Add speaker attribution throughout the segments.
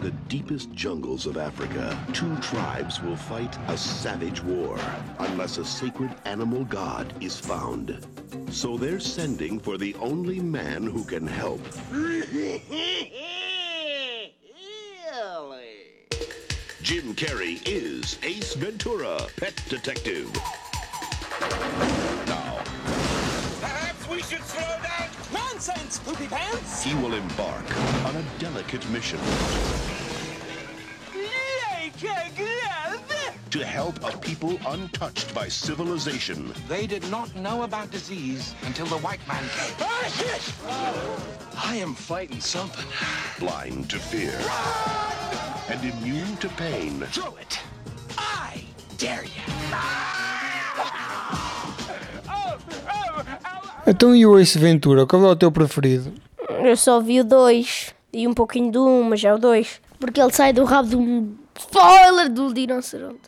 Speaker 1: the deepest jungles of Africa, two tribes will fight a savage war unless a sacred animal god is found. So they're sending for the only man who can help. Jim Carrey is Ace Ventura, pet detective. Now,
Speaker 2: Perhaps we should slow down.
Speaker 3: Nonsense, poopy pants!
Speaker 1: he will embark on a delicate mission to help a people untouched by civilization
Speaker 2: They did not know about disease until the white man came.
Speaker 3: Oh,
Speaker 2: I am fighting something.
Speaker 1: blind to fear and immune to pain.
Speaker 2: Throw it. I dare you.
Speaker 4: Então e o Ace Ventura, qual é o teu preferido?
Speaker 5: Eu só vi o 2 e um pouquinho do 1, um, mas é o 2. Porque ele sai do rabo de um spoiler do rinoceronte.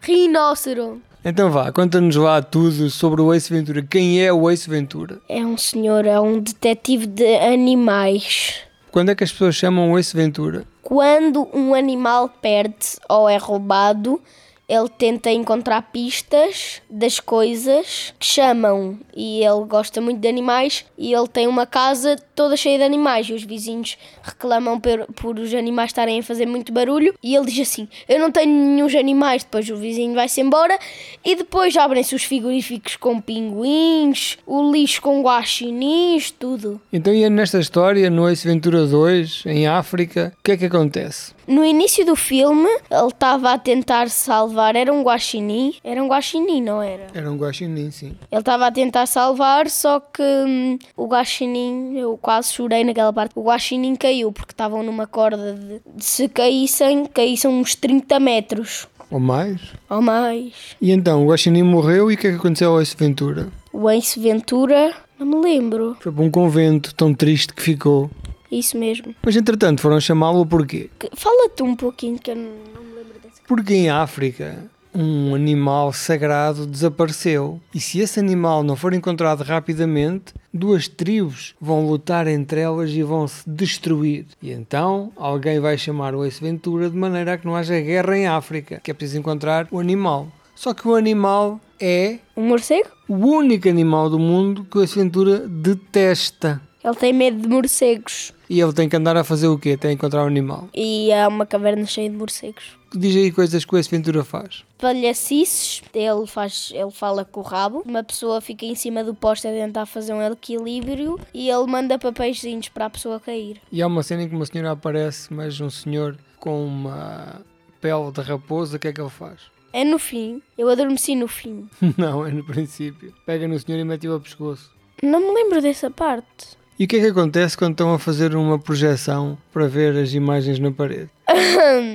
Speaker 5: Rinoceronte.
Speaker 4: Então vá, conta-nos lá tudo sobre o Ace Ventura. Quem é o Ace Ventura?
Speaker 5: É um senhor, é um detetive de animais.
Speaker 4: Quando é que as pessoas chamam o Ace Ventura?
Speaker 5: Quando um animal perde ou é roubado, ele tenta encontrar pistas das coisas que chamam. E ele gosta muito de animais e ele tem uma casa toda cheia de animais. E os vizinhos reclamam por, por os animais estarem a fazer muito barulho. E ele diz assim: Eu não tenho nenhum animais. Depois o vizinho vai-se embora e depois abrem-se os frigoríficos com pinguins, o lixo com guaxinins, tudo.
Speaker 4: Então e nesta história, no Ace Ventura 2, em África, o que é que acontece?
Speaker 5: No início do filme, ele estava a tentar salvar. Era um guaxinim? Era um guaxinim, não era?
Speaker 4: Era um guaxinim, sim.
Speaker 5: Ele estava a tentar salvar, só que hum, o guaxinim, eu quase chorei naquela parte. O guaxinim caiu, porque estavam numa corda de. de se caíssem, caíssem uns 30 metros
Speaker 4: Ou mais?
Speaker 5: ou mais.
Speaker 4: E então, o Guaxinim morreu e o que é que aconteceu ao Ace Ventura?
Speaker 5: O Ace Ventura, não me lembro.
Speaker 4: Foi para um convento tão triste que ficou.
Speaker 5: Isso mesmo.
Speaker 4: Mas entretanto foram chamá-lo porquê?
Speaker 5: Que- Fala-te um pouquinho que eu não, não me lembro dessa.
Speaker 4: Porque em África um animal sagrado desapareceu. E se esse animal não for encontrado rapidamente, duas tribos vão lutar entre elas e vão se destruir. E então alguém vai chamar o Ace Ventura de maneira a que não haja guerra em África, que é preciso encontrar o animal. Só que o animal é
Speaker 5: Um morcego?
Speaker 4: o único animal do mundo que o Ace Ventura detesta.
Speaker 5: Ele tem medo de morcegos.
Speaker 4: E ele tem que andar a fazer o quê? Tem que encontrar o animal.
Speaker 5: E há uma caverna cheia de morcegos.
Speaker 4: Diz aí coisas que o Ace Ventura faz.
Speaker 5: palhacices. Ele, faz, ele fala com o rabo. Uma pessoa fica em cima do poste a tentar fazer um equilíbrio e ele manda papeizinhos para a pessoa cair.
Speaker 4: E há uma cena em que uma senhora aparece, mas um senhor com uma pele de raposa, o que é que ele faz?
Speaker 5: É no fim. Eu adormeci no fim.
Speaker 4: Não, é no princípio. Pega no senhor e mete-o ao pescoço.
Speaker 5: Não me lembro dessa parte.
Speaker 4: E o que é que acontece quando estão a fazer uma projeção para ver as imagens na parede?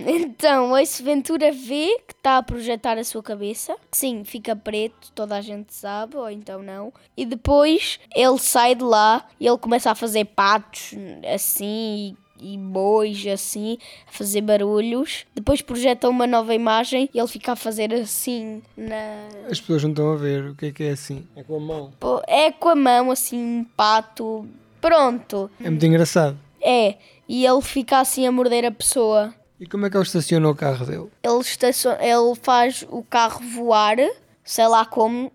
Speaker 5: Então, o Ace Ventura vê que está a projetar a sua cabeça. Sim, fica preto, toda a gente sabe, ou então não. E depois ele sai de lá e ele começa a fazer patos assim e, e bois assim, a fazer barulhos. Depois projeta uma nova imagem e ele fica a fazer assim na.
Speaker 4: As pessoas não estão a ver, o que é que é assim? É com a mão.
Speaker 5: Pô, É com a mão assim, um pato. Pronto.
Speaker 4: É muito engraçado.
Speaker 5: É. E ele fica assim a morder a pessoa.
Speaker 4: E como é que ele estaciona o carro dele?
Speaker 5: ele, estaciona, ele faz o carro voar, sei lá como,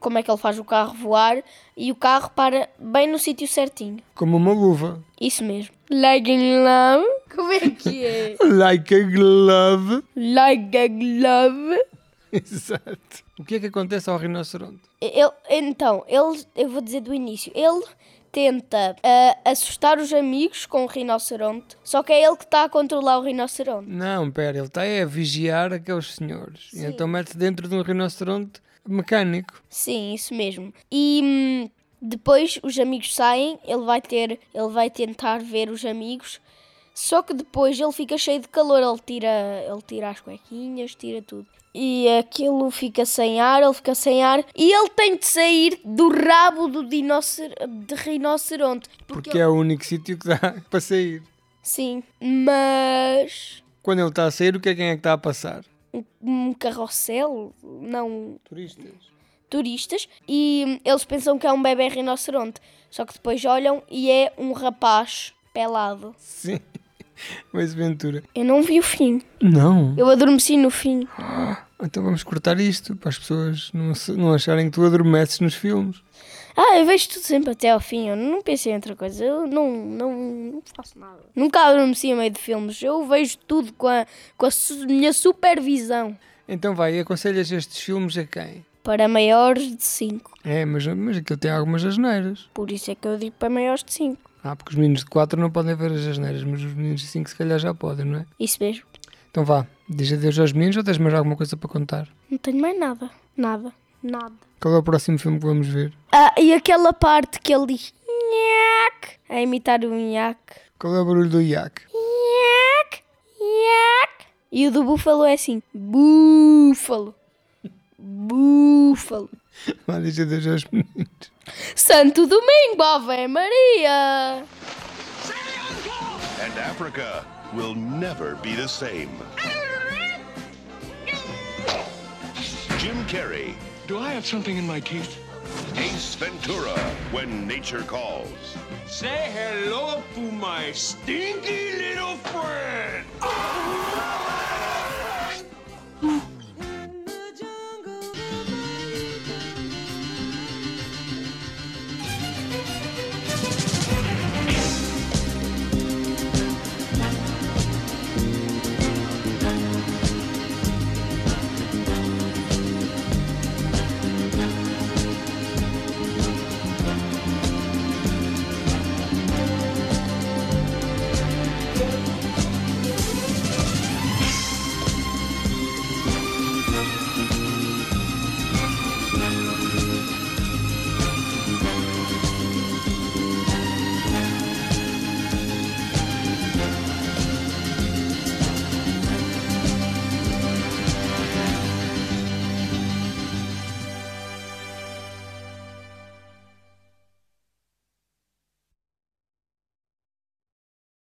Speaker 5: como é que ele faz o carro voar, e o carro para bem no sítio certinho.
Speaker 4: Como uma luva.
Speaker 5: Isso mesmo. Like a glove. Como é que é?
Speaker 4: Like a glove.
Speaker 5: like a glove.
Speaker 4: Exato. O que é que acontece ao rinoceronte?
Speaker 5: Ele, então, ele, eu vou dizer do início, ele tenta ah, assustar os amigos com o rinoceronte, só que é ele que está a controlar o rinoceronte.
Speaker 4: Não, pera, ele está é a vigiar aqueles senhores. E então mete-se dentro de um rinoceronte mecânico.
Speaker 5: Sim, isso mesmo. E hum, depois os amigos saem, ele vai ter, ele vai tentar ver os amigos. Só que depois ele fica cheio de calor, ele tira, ele tira as cuequinhas, tira tudo. E aquilo fica sem ar, ele fica sem ar e ele tem de sair do rabo do dinocer, de rinoceronte. Porque,
Speaker 4: Porque, é o único sítio que dá para sair.
Speaker 5: sim, mas
Speaker 4: Quando ele está a sair, o que é quem é que está a passar?
Speaker 5: um carrossel, não,
Speaker 4: Turistas.
Speaker 5: turistas e hum, eles pensam que é um bebê rinoceronte. Só que depois olham e é um rapaz pelado.
Speaker 4: Sim. Mais Ventura.
Speaker 5: Eu não vi o fim.
Speaker 4: Não.
Speaker 5: Eu adormeci no fim.
Speaker 4: Então vamos cortar isto para as pessoas não, se- não acharem que tu adormeces nos filmes.
Speaker 5: Ah, eu vejo tudo sempre até ao fim. Eu não pensei em outra coisa. Eu não, não, não faço nada. Nunca adormeci a meio de filmes. Eu vejo tudo com a, com a su- minha supervisão.
Speaker 4: Então vai, aconselhas estes filmes a quem?
Speaker 5: Para maiores de 5.
Speaker 4: É, mas, mas aquilo tem algumas asneiras.
Speaker 5: Por isso é que eu digo para maiores de 5.
Speaker 4: Ah, porque os meninos de 4 não podem ver as asneiras, mas os meninos de 5 se calhar já podem, não é?
Speaker 5: Isso mesmo.
Speaker 4: Então vá, diz adeus aos meninos ou tens mais alguma coisa para contar?
Speaker 5: Não tenho mais nada. Nada. Nada.
Speaker 4: Qual é o próximo filme que vamos ver?
Speaker 5: Ah, e aquela parte que ele diz nhac, a imitar o nhac.
Speaker 4: Qual é o barulho do iac?
Speaker 5: Nhac, nhac. E o do búfalo é assim: búfalo, búfalo.
Speaker 4: Vá, diz adeus aos meninos.
Speaker 5: Santo Domingo, Ave Maria.
Speaker 1: And Africa will never be the same. Jim Carrey,
Speaker 2: Do I have something in my teeth?
Speaker 1: Ace Ventura, When Nature Calls.
Speaker 2: Say hello to my stinky little friend.